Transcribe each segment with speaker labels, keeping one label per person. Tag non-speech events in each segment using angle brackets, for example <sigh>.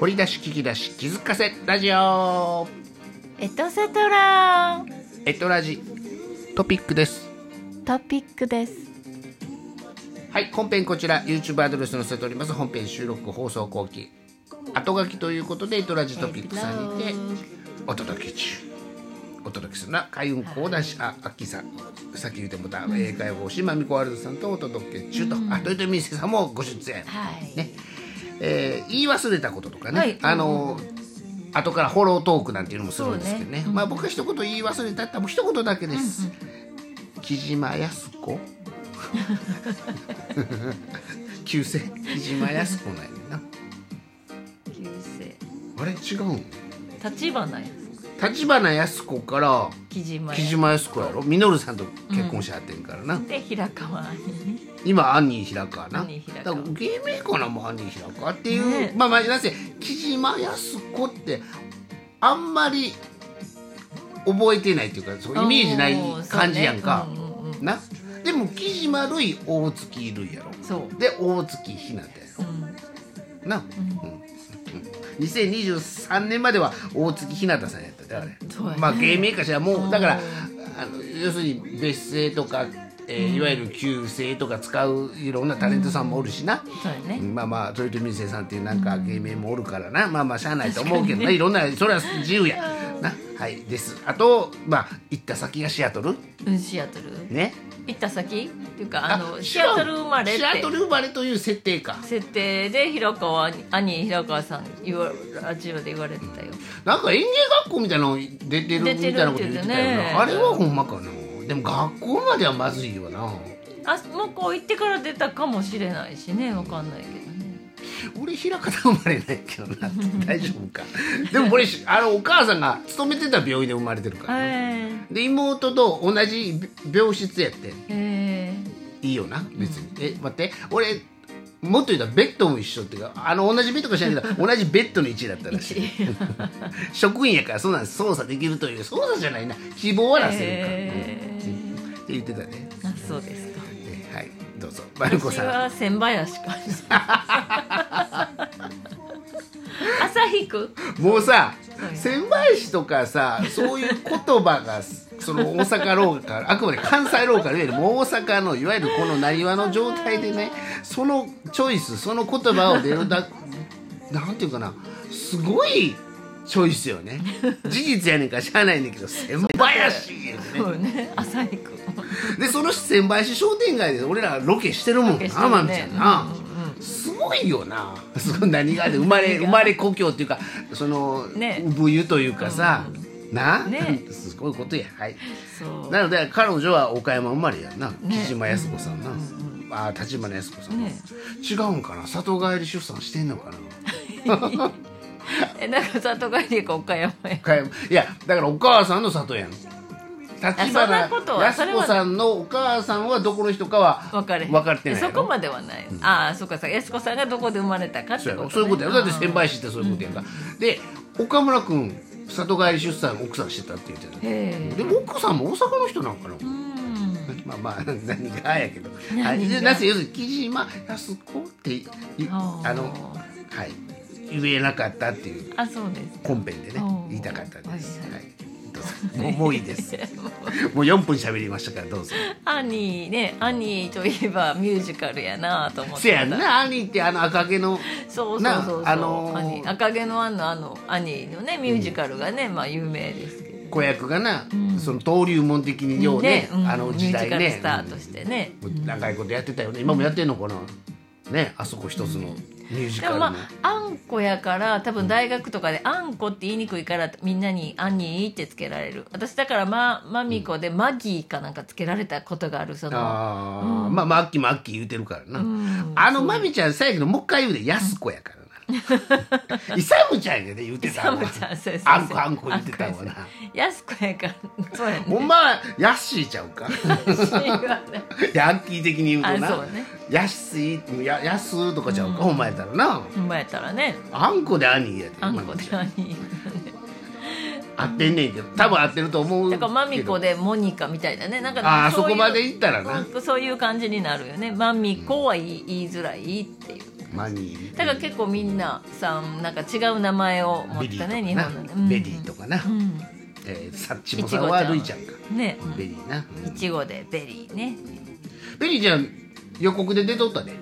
Speaker 1: 掘り出し聞き出し気づかせラジオ
Speaker 2: エトセトラ
Speaker 1: エトラジトピックです
Speaker 2: トピックです
Speaker 1: はい本編こちら YouTube アドレス載せております本編収録放送後期後書きということでエトラジトピックさんにて
Speaker 2: Hello
Speaker 1: お届け中お届けするな開運講談師あアッキーさんさっき言ってもらった英会話講師まみこワールドさんとお届け中と、あといとみせさんもご出演、
Speaker 2: はい、
Speaker 1: ねえー言い忘れたこととかね、
Speaker 2: はい
Speaker 1: あのー後からフォロートークなんていうのもするんですけどね
Speaker 2: そうねうん
Speaker 1: まあ僕は一言言い忘れたってもう一言だけです、木島靖子 <laughs> 旧姓木島靖子なんやねんな
Speaker 2: 旧姓
Speaker 1: あれ違うん
Speaker 2: 立花や
Speaker 1: 立花靖子から
Speaker 2: 木島
Speaker 1: 木
Speaker 2: や
Speaker 1: 島靖子やろみのるさんと結婚しはってんからな、
Speaker 2: で平川に
Speaker 1: 今アンニー平川な
Speaker 2: アンニー平
Speaker 1: だ
Speaker 2: 川
Speaker 1: から芸名かなもうアンニー平川っていう、
Speaker 2: ね
Speaker 1: まあまあなぜ木島靖子ってあんまり覚えてないっていうかそうイメージない感じやんか、
Speaker 2: おーそうねうんうんうん
Speaker 1: なでも木島るい大月るいやろ
Speaker 2: そう
Speaker 1: で大月ひなたやろ
Speaker 2: うん
Speaker 1: な、うんうん2023年までは大月ひなたさんやったであれ、
Speaker 2: そうやね
Speaker 1: まあ芸名かしらも
Speaker 2: う
Speaker 1: うんだからあの要するに別姓とか、えーいわゆる旧姓とか使ういろんなタレントさんもおるしな、
Speaker 2: そうやね
Speaker 1: まあまあ豊臣秀さんっていうなんか芸名もおるからなまあまあしゃあないと思うけどな、いろんなそれは自由やなはいですあとまあ行った先がシアトル
Speaker 2: うんシアトル
Speaker 1: ね
Speaker 2: 行った先っていうかあの
Speaker 1: あ
Speaker 2: シアトル生まれって
Speaker 1: シアトル生まれという設定か
Speaker 2: 設定で平川に兄平川さん言わラジオで言われてたよ
Speaker 1: なんか園芸学校みたいなの出てるみたいなこと言ってたよな、
Speaker 2: 出てるって言ってね
Speaker 1: あれはほんまかなでも学校まではまずいよな
Speaker 2: あ向こう行ってから出たかもしれないしねわかんないけどね
Speaker 1: 俺平方生まれないけど <laughs> な大丈夫かでもこれあのお母さんが勤めてた病院で生まれてるからね、
Speaker 2: え
Speaker 1: で妹と同じ病室やって
Speaker 2: ー、え
Speaker 1: いいよな別に、え待って俺もっと言うたらベッドも一緒っていうかあの同じベッドか知らんけ <laughs> ど同じベッドの位置だったら <laughs> しい
Speaker 2: ー、
Speaker 1: 職員やからそんなん操作できるという操作じゃないな希望は出せるから、うん
Speaker 2: えー
Speaker 1: うんって言ってたね
Speaker 2: あそうですか
Speaker 1: えはいどうぞマルコ
Speaker 2: 私
Speaker 1: さん
Speaker 2: は千林か旭区
Speaker 1: もうさ
Speaker 2: そうよ
Speaker 1: 千林とかさそういう言葉がその大阪ローカルあくまで関西ローカルよりも大阪のいわゆるこのなにわの状態でねそのチョイスその言葉を出るだなんていうかなすごいチョイスよね事実やねんからしゃあないねんだけど千林よね
Speaker 2: そうね旭区
Speaker 1: でその千林商店街で俺らロケしてるもん
Speaker 2: ロケ
Speaker 1: な
Speaker 2: してるね
Speaker 1: まみちゃんな、すごいよな <laughs> その何がで生まれ生まれ故郷っていうかその
Speaker 2: ね
Speaker 1: 産湯というかさ、な、
Speaker 2: ね
Speaker 1: <laughs> すごいことやはい
Speaker 2: そう
Speaker 1: なので彼女は岡山生まれやな、
Speaker 2: ね
Speaker 1: 木島靖子さんな、あー立花靖子さん、
Speaker 2: ね
Speaker 1: 違うんかな里帰り出産してんのかな
Speaker 2: えなんか里帰りか岡山へ
Speaker 1: 岡山いやだからお母さんの里やん立
Speaker 2: そん
Speaker 1: 花
Speaker 2: なことはそ
Speaker 1: 靖
Speaker 2: れ
Speaker 1: 子
Speaker 2: は
Speaker 1: さんのお母さんはどこの人かは
Speaker 2: 分かれへん
Speaker 1: 分かってないや
Speaker 2: そ
Speaker 1: ろ
Speaker 2: こまではない、ああそうかさ安子さんがどこで生まれたかっ
Speaker 1: そう
Speaker 2: て
Speaker 1: やろ
Speaker 2: こと、ね、
Speaker 1: そういうことやろだって先輩知ってそういうことやんか、で岡村君里帰り出産奥さんしてたって言ってたね
Speaker 2: ええ
Speaker 1: でも奥さんも大阪の人なんかな、
Speaker 2: うん
Speaker 1: まあまあ <laughs> 何がやけど
Speaker 2: 何が
Speaker 1: はいでなぜ要するに木島靖子ってい
Speaker 2: あー
Speaker 1: あのはい言えなかったっていう
Speaker 2: あそうです
Speaker 1: 本編でね
Speaker 2: あー
Speaker 1: 言いたかったです、は
Speaker 2: はいいはい
Speaker 1: どう
Speaker 2: <laughs>
Speaker 1: ぞもうもういいですもう4分喋りましたからどうぞ
Speaker 2: アニーねアニーといえばミュージカルやなと思って
Speaker 1: せやんな兄ってあの赤毛の
Speaker 2: そうそう
Speaker 1: な
Speaker 2: そうそう、
Speaker 1: あのー
Speaker 2: アニー赤毛のアンのあのアニーのねミュージカルがね、まあ有名ですけど
Speaker 1: 子役がな、その登竜門的にようね
Speaker 2: うん
Speaker 1: あの時代
Speaker 2: ミュー
Speaker 1: ね
Speaker 2: ジカルスターとしてね、
Speaker 1: 長いことやってたよね今もやってんのかな、ねあそこ一つのミュージ
Speaker 2: で
Speaker 1: カル
Speaker 2: も
Speaker 1: の、
Speaker 2: まああんこやから多分大学とかであんこって言いにくいからみんなに「アニー」ってつけられる私だからままみこでマギーかなんかつけられたことがあるその
Speaker 1: あー、まあマッキーマッキー言うてるからな、
Speaker 2: ん
Speaker 1: あのマミちゃん最後のもう一回言うでやす子やから
Speaker 2: <laughs>
Speaker 1: なイサムちゃんやで言うてた
Speaker 2: サ
Speaker 1: わ
Speaker 2: ムちゃん先生
Speaker 1: あんこあんこ言ってたわな
Speaker 2: やす子やからそうやね
Speaker 1: ほんまはヤッシーちゃう
Speaker 2: <laughs>
Speaker 1: かヤンキー的に言うとな
Speaker 2: あそうね
Speaker 1: ヤッシーややすーとかちゃうか、ほんまやったらな
Speaker 2: ほんまやったらね
Speaker 1: あんこで兄やで
Speaker 2: あんこで
Speaker 1: マミちゃん
Speaker 2: 兄
Speaker 1: 合ってんねんけど多分合ってると思うけ
Speaker 2: だ
Speaker 1: ど
Speaker 2: からマミコでモニカみたいなねなんか
Speaker 1: ああ
Speaker 2: う
Speaker 1: そ
Speaker 2: い
Speaker 1: こ
Speaker 2: う
Speaker 1: までいったら
Speaker 2: な
Speaker 1: なん
Speaker 2: かそういう感じになるよねマミコは言い言いづらいっていう
Speaker 1: マニー
Speaker 2: だから結構みんなさんなんか違う名前を持
Speaker 1: ベリー
Speaker 2: った
Speaker 1: と
Speaker 2: ね
Speaker 1: か
Speaker 2: 日
Speaker 1: な
Speaker 2: 本のね、うん
Speaker 1: ベリーとかな、
Speaker 2: う
Speaker 1: えーサッチモさんはルイちゃんか
Speaker 2: んね
Speaker 1: ベリーな、
Speaker 2: いちごでベリーね
Speaker 1: ベリーちゃん予告で出とったで、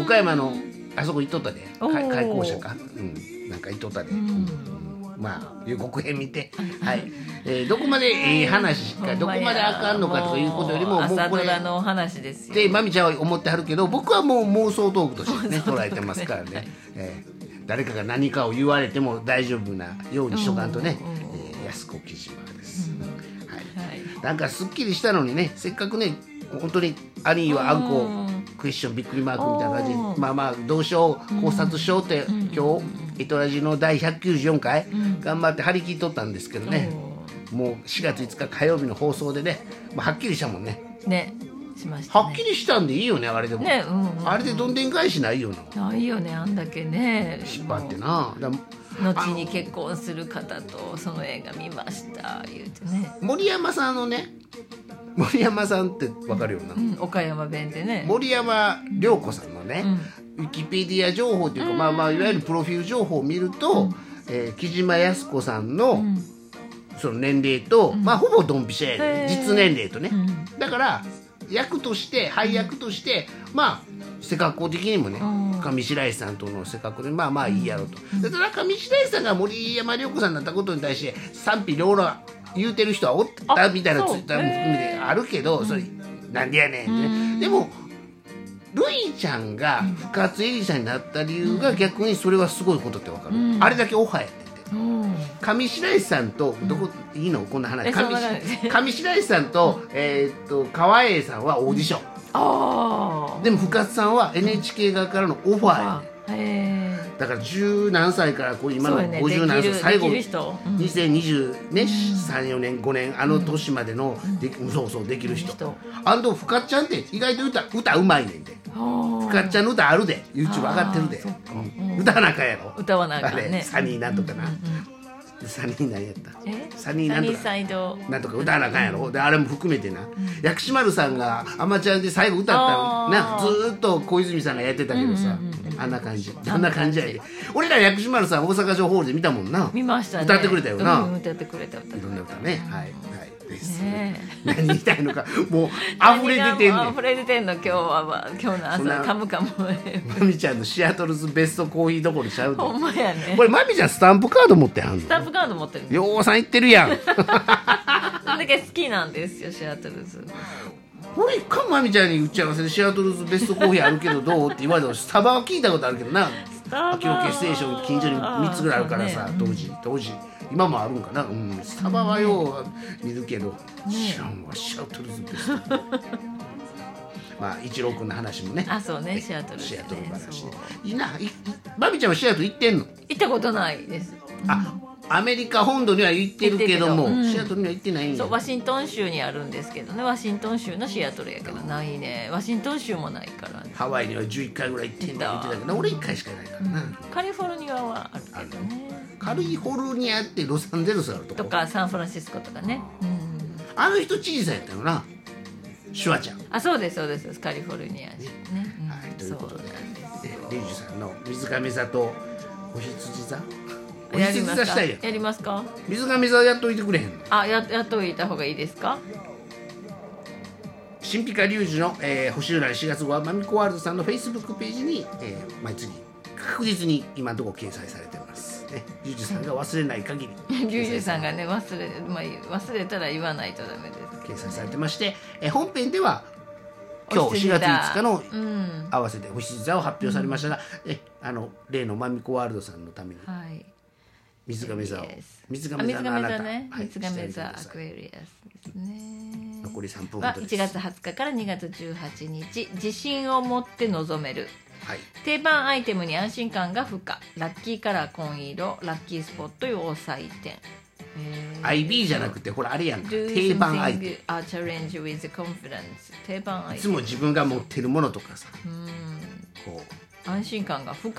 Speaker 1: 岡山のあそこ行っとったでか
Speaker 2: おー
Speaker 1: 開校者か、うん、なんか行っとったで、うんまあ予告編見て、はいえーどこまでええ話かどこまであかんのかということよりもも
Speaker 2: 朝
Speaker 1: うこ
Speaker 2: ド
Speaker 1: れ
Speaker 2: ラのお話ですよ
Speaker 1: でまみちゃんは思ってはるけど僕はもう妄想トークとしてね捉えてますからね、えー誰かが何かを言われても大丈夫なようにしとかんとね、えー安子木島です、はい
Speaker 2: はい
Speaker 1: なんかすっきりしたのにねせっかくね本当にアニーはあんこ
Speaker 2: う
Speaker 1: クエスチョンびっくりマークみたいな感じで
Speaker 2: おー
Speaker 1: まあまあ同賞考察しようって今日エトラジの第194回頑張って張り切っとったんですけどねもう4月5日火曜日の放送でね、まあ、はっきりしたもんね
Speaker 2: ねしましたね
Speaker 1: はっきりしたんでいいよねあれでも
Speaker 2: ねうんうん
Speaker 1: あれでどんでん返しないよな
Speaker 2: ないよねあんだけね
Speaker 1: 引っ張ってなだ
Speaker 2: 後に結婚する方とその映画見ました言うてね、
Speaker 1: 森山さんのね森山さんってわかるよな
Speaker 2: うん、岡山弁でね
Speaker 1: 森山良子さんのね、ウィキペディア情報というか、まあまあいわゆるプロフィール情報を見ると、えー木島靖子さんの、その年齢と、まあほぼドンピシャやね
Speaker 2: へー
Speaker 1: 実年齢とね、
Speaker 2: ん
Speaker 1: だから役として配役として、まあ背格好的にもね、
Speaker 2: うん
Speaker 1: 上白石さんとの背格好でまあまあいいやろと、だから上白石さんが森山良子さんになったことに対して賛否両論言うてる人はおった
Speaker 2: あ
Speaker 1: みたいなツ
Speaker 2: そう
Speaker 1: イッターも含めてあるけどそれなんでやねんってね、でもルイちゃんが深津絵里さんになった理由が逆にそれはすごいことってわかる、
Speaker 2: うん
Speaker 1: あれだけオファーやってて
Speaker 2: うん
Speaker 1: 上白石さんとどこ、いいのこんな話
Speaker 2: え
Speaker 1: 上
Speaker 2: そんな感じ
Speaker 1: 上白石さんと,、えーっと川栄さんはオーディション、
Speaker 2: あ
Speaker 1: でも深津さんは NHK 側からのオファーや
Speaker 2: あ
Speaker 1: ね
Speaker 2: へえ
Speaker 1: だから十何歳からこう今
Speaker 2: そ
Speaker 1: の
Speaker 2: うやねでき
Speaker 1: 50何歳、
Speaker 2: る
Speaker 1: 最後
Speaker 2: できる人、うん
Speaker 1: 2020年、34年5年あの年までのでき、そうそうできる人
Speaker 2: できる人
Speaker 1: あんと深津ちゃんって意外と歌歌うまいねんで
Speaker 2: あ
Speaker 1: 深津ちゃんの歌あるで YouTube 上がってるで
Speaker 2: あーそっか
Speaker 1: うん歌わなあかんやろ
Speaker 2: 歌わなあかんね
Speaker 1: あれサニーなんとかな、
Speaker 2: うんうん
Speaker 1: サニーなんやった
Speaker 2: え
Speaker 1: サニーなんと
Speaker 2: サニー
Speaker 1: か
Speaker 2: サイド
Speaker 1: なんとか歌わなあかんやろ、であれも含めてな、薬師丸さんが「アマちゃん」で最後歌ったの
Speaker 2: あー
Speaker 1: なずーっと小泉さんがやってたけどさ、あんな感じあんな感じやで俺ら薬師丸さん大阪城ホールで見たもんな
Speaker 2: 見ましたね
Speaker 1: 歌ってくれたよな
Speaker 2: うん、歌ってくれた歌っ
Speaker 1: い
Speaker 2: て
Speaker 1: ろ
Speaker 2: く
Speaker 1: ん
Speaker 2: れ
Speaker 1: な歌ねはいはいです、
Speaker 2: ね
Speaker 1: 何言いたいのかもう
Speaker 2: た
Speaker 1: 溢れ出てんね
Speaker 2: 何がもうん溢れ出てんの今日は、まあ、今日の
Speaker 1: そんな
Speaker 2: 朝カムカム
Speaker 1: <laughs> マミちゃんのシアトルズベストコーヒーどころちゃうで
Speaker 2: ほんまやね
Speaker 1: これマミちゃんスタンプカード持ってはん
Speaker 2: ス
Speaker 1: の
Speaker 2: タンプカード持ってる
Speaker 1: ようさん言ってるやん
Speaker 2: そんだけ好きなんですよシアトルズ
Speaker 1: これかマミちゃんに打ち合わせでシアトルズベストコーヒーあるけどどうって言われたらスタバは聞いたことあるけどな
Speaker 2: タバ
Speaker 1: 秋ロケステーション近所に3つぐらいあるからさ、
Speaker 2: あー
Speaker 1: 当時当時今もあるんかな、うん、スタバはよう見るけど、知らんわシアトルズベストコーヒーまあ一郎君の話もね
Speaker 2: あそうねシアトルズ
Speaker 1: シ
Speaker 2: ね
Speaker 1: アトル話
Speaker 2: そう
Speaker 1: いいないいマミちゃんはシアトル行ってんの
Speaker 2: 行ったことないです
Speaker 1: あアメリカ本土には行ってるけども、
Speaker 2: 行ってるけどうん
Speaker 1: シアトルには行ってないんや
Speaker 2: そうワシントン州にあるんですけどねワシントン州のシアトルやけどないねワシントン州もないからね
Speaker 1: ハワイには11回ぐらい行ってんだ言ってたけど俺1回しかないからな、
Speaker 2: カリフォルニアはあるけどね
Speaker 1: カリフォルニアってロサンゼルスあるとこと
Speaker 2: かサンフランシスコとかね、うん、
Speaker 1: あの人知事さんやったよなシュワちゃん、
Speaker 2: あそうですそうですカリフォルニアにね、うん
Speaker 1: はいということで
Speaker 2: そうなんです
Speaker 1: えリュウジさんの水上座とお羊座お
Speaker 2: やり
Speaker 1: 羊
Speaker 2: ま
Speaker 1: 座
Speaker 2: す
Speaker 1: し
Speaker 2: か
Speaker 1: たいやん
Speaker 2: やりますか
Speaker 1: 水上座やっといてくれへんの
Speaker 2: あややっといた方がいいですか
Speaker 1: 神秘家リュウジの、えー、星占い4月号はマミコワールドさんのフェイスブックページに、えー、毎月確実に今のところ掲載されてますねリュウジさんが忘れない限り
Speaker 2: <laughs> リュウジさんがね忘れ,、まあ、忘れたら言わないとダメです
Speaker 1: 掲載されてまして、えー本編では今日4月5日の
Speaker 2: うん
Speaker 1: 合わせて星座を発表されましたが、えあの例のマミコワールドさんのために
Speaker 2: はい
Speaker 1: 水亀座を
Speaker 2: Yes
Speaker 1: 水
Speaker 2: あ
Speaker 1: 亀
Speaker 2: 水
Speaker 1: 座のあ
Speaker 2: 亀
Speaker 1: な
Speaker 2: 座
Speaker 1: た、
Speaker 2: ね、
Speaker 1: はい
Speaker 2: 水亀座
Speaker 1: してあげてくだ
Speaker 2: ア
Speaker 1: さい
Speaker 2: クエリアスですね
Speaker 1: 残り3分
Speaker 2: は
Speaker 1: ほどです
Speaker 2: 1月20日から2月18日自信を持って臨める
Speaker 1: はい
Speaker 2: 定番アイテムに安心感が付加ラッキーカラー紺色ラッキースポット要採点
Speaker 1: IB じゃなくてほらあれやんか
Speaker 2: Do
Speaker 1: 定番アイテム
Speaker 2: something a challenge with confidence 定番ア
Speaker 1: い
Speaker 2: イ
Speaker 1: つ
Speaker 2: テム
Speaker 1: も自分が持ってるものとかさ
Speaker 2: うん
Speaker 1: こう
Speaker 2: 安心感が負荷、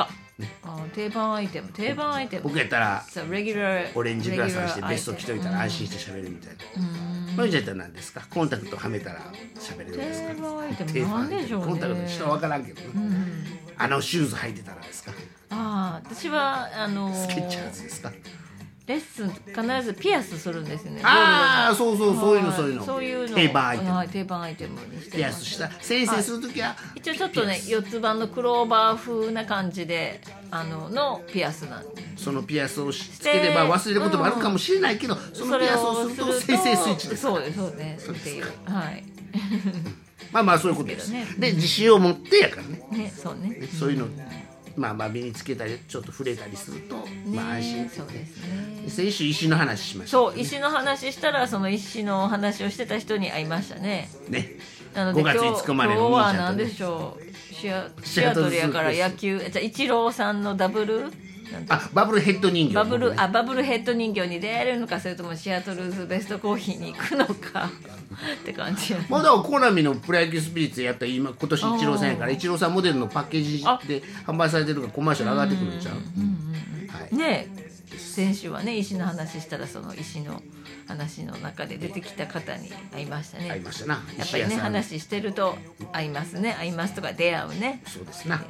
Speaker 2: あ定番アイテム定番アイテム
Speaker 1: 僕やったら
Speaker 2: そうレギュラー
Speaker 1: オレンジグラサンして
Speaker 2: レギュラー
Speaker 1: ベスト
Speaker 2: アイ
Speaker 1: 着
Speaker 2: テ
Speaker 1: と
Speaker 2: ム
Speaker 1: いたら安心して喋れるみたいな
Speaker 2: うん
Speaker 1: マリちゃんやったら何ですかコンタクトはめたら喋れるんですか
Speaker 2: 定番アイテム
Speaker 1: 定番アイテム
Speaker 2: なんでしょうね
Speaker 1: コンタクト人は分からんけどね、
Speaker 2: うん
Speaker 1: あのシューズ履いてたらですか
Speaker 2: ああ私はあのー
Speaker 1: スケッチャーズですか
Speaker 2: レッスン必ずピアスするんですね
Speaker 1: ああそうそうそう
Speaker 2: 夜
Speaker 1: いうの
Speaker 2: は
Speaker 1: そういうの
Speaker 2: そういうの
Speaker 1: 定番アイテ
Speaker 2: は
Speaker 1: ム
Speaker 2: い定番アイテムにして
Speaker 1: ピア
Speaker 2: ま
Speaker 1: ス
Speaker 2: す
Speaker 1: した先生するときは
Speaker 2: 一応ちょっとね四つ葉のクローバー風な感じであののピアスなんで
Speaker 1: そのピアスをしつければ忘れることもあるかもしれないけど、そのピアスをすると生成スイッチです
Speaker 2: そうですそうですっていうはい
Speaker 1: まあまあそういうことです
Speaker 2: そうですけ
Speaker 1: で自信を持ってやからね
Speaker 2: ねそうね
Speaker 1: そういうの、まあまあ身につけたりちょっと触れたりすると、まあ安心
Speaker 2: ねそうですね
Speaker 1: 先週石の話しました
Speaker 2: そう石の話したらその石の話をしてた人に会いましたね
Speaker 1: ね
Speaker 2: なので
Speaker 1: 5
Speaker 2: 今
Speaker 1: 月
Speaker 2: 日
Speaker 1: 5日生まれの
Speaker 2: 今日は
Speaker 1: 兄ちゃんと
Speaker 2: 何
Speaker 1: ね
Speaker 2: でしょうシア
Speaker 1: シ
Speaker 2: シ
Speaker 1: ア
Speaker 2: ア
Speaker 1: トル
Speaker 2: トルやから野球じゃあイチローさんのダブルなんて
Speaker 1: あバブルヘッド人形
Speaker 2: バブル
Speaker 1: ね
Speaker 2: あバブルヘッド人形に出会えるのかそれともシアトルズベストコーヒーに行くのかって感じやね
Speaker 1: まあだからコナミのプロ野球スピリッツやったら今今年イチローさんやからイチローさんモデルのパッケージで販売されてるからコマーシャル上がってくるんちゃうはい、
Speaker 2: ねえ先週はね石の話したらその石の話の中で出てきた方に会いましたね
Speaker 1: ありましたな
Speaker 2: やっぱ
Speaker 1: 石
Speaker 2: りね
Speaker 1: 屋さん
Speaker 2: 話してると会いますね会いますとか出会うね
Speaker 1: そうですな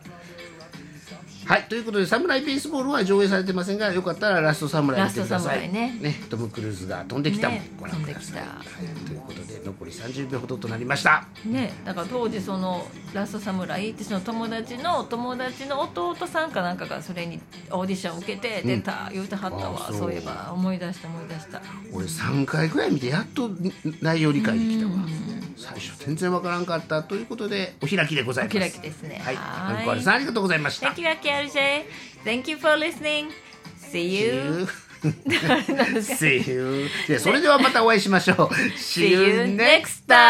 Speaker 1: はいということで「サムライ・ベースボール」は上映されてませんがよかったら「ラスト・サムライ」見てください
Speaker 2: ラストサムライね
Speaker 1: トム・クルーズが飛んできたも
Speaker 2: ね
Speaker 1: ご覧ください、
Speaker 2: 飛ん
Speaker 1: は
Speaker 2: でき
Speaker 1: い、ということで残り30秒ほどとなりました
Speaker 2: ねだから当時その「ラストサムライ」ってその友達の友達の弟さんかなんかがそれにオーディション受けて出た、言うてはった
Speaker 1: あ
Speaker 2: わ
Speaker 1: あそ
Speaker 2: そうういえば思い出した思い出した
Speaker 1: 俺3回ぐらい見てやっと内容理解できたわ最初全然わからんかったということでお開きでございます
Speaker 2: お開きですね
Speaker 1: はい
Speaker 2: はい
Speaker 1: アンコールさんありがとうございました
Speaker 2: Thank you, Aki RJ Thank you for listening See you <laughs>
Speaker 1: See you でそれではまたお会いしましょう See
Speaker 2: See
Speaker 1: you
Speaker 2: you
Speaker 1: next
Speaker 2: next time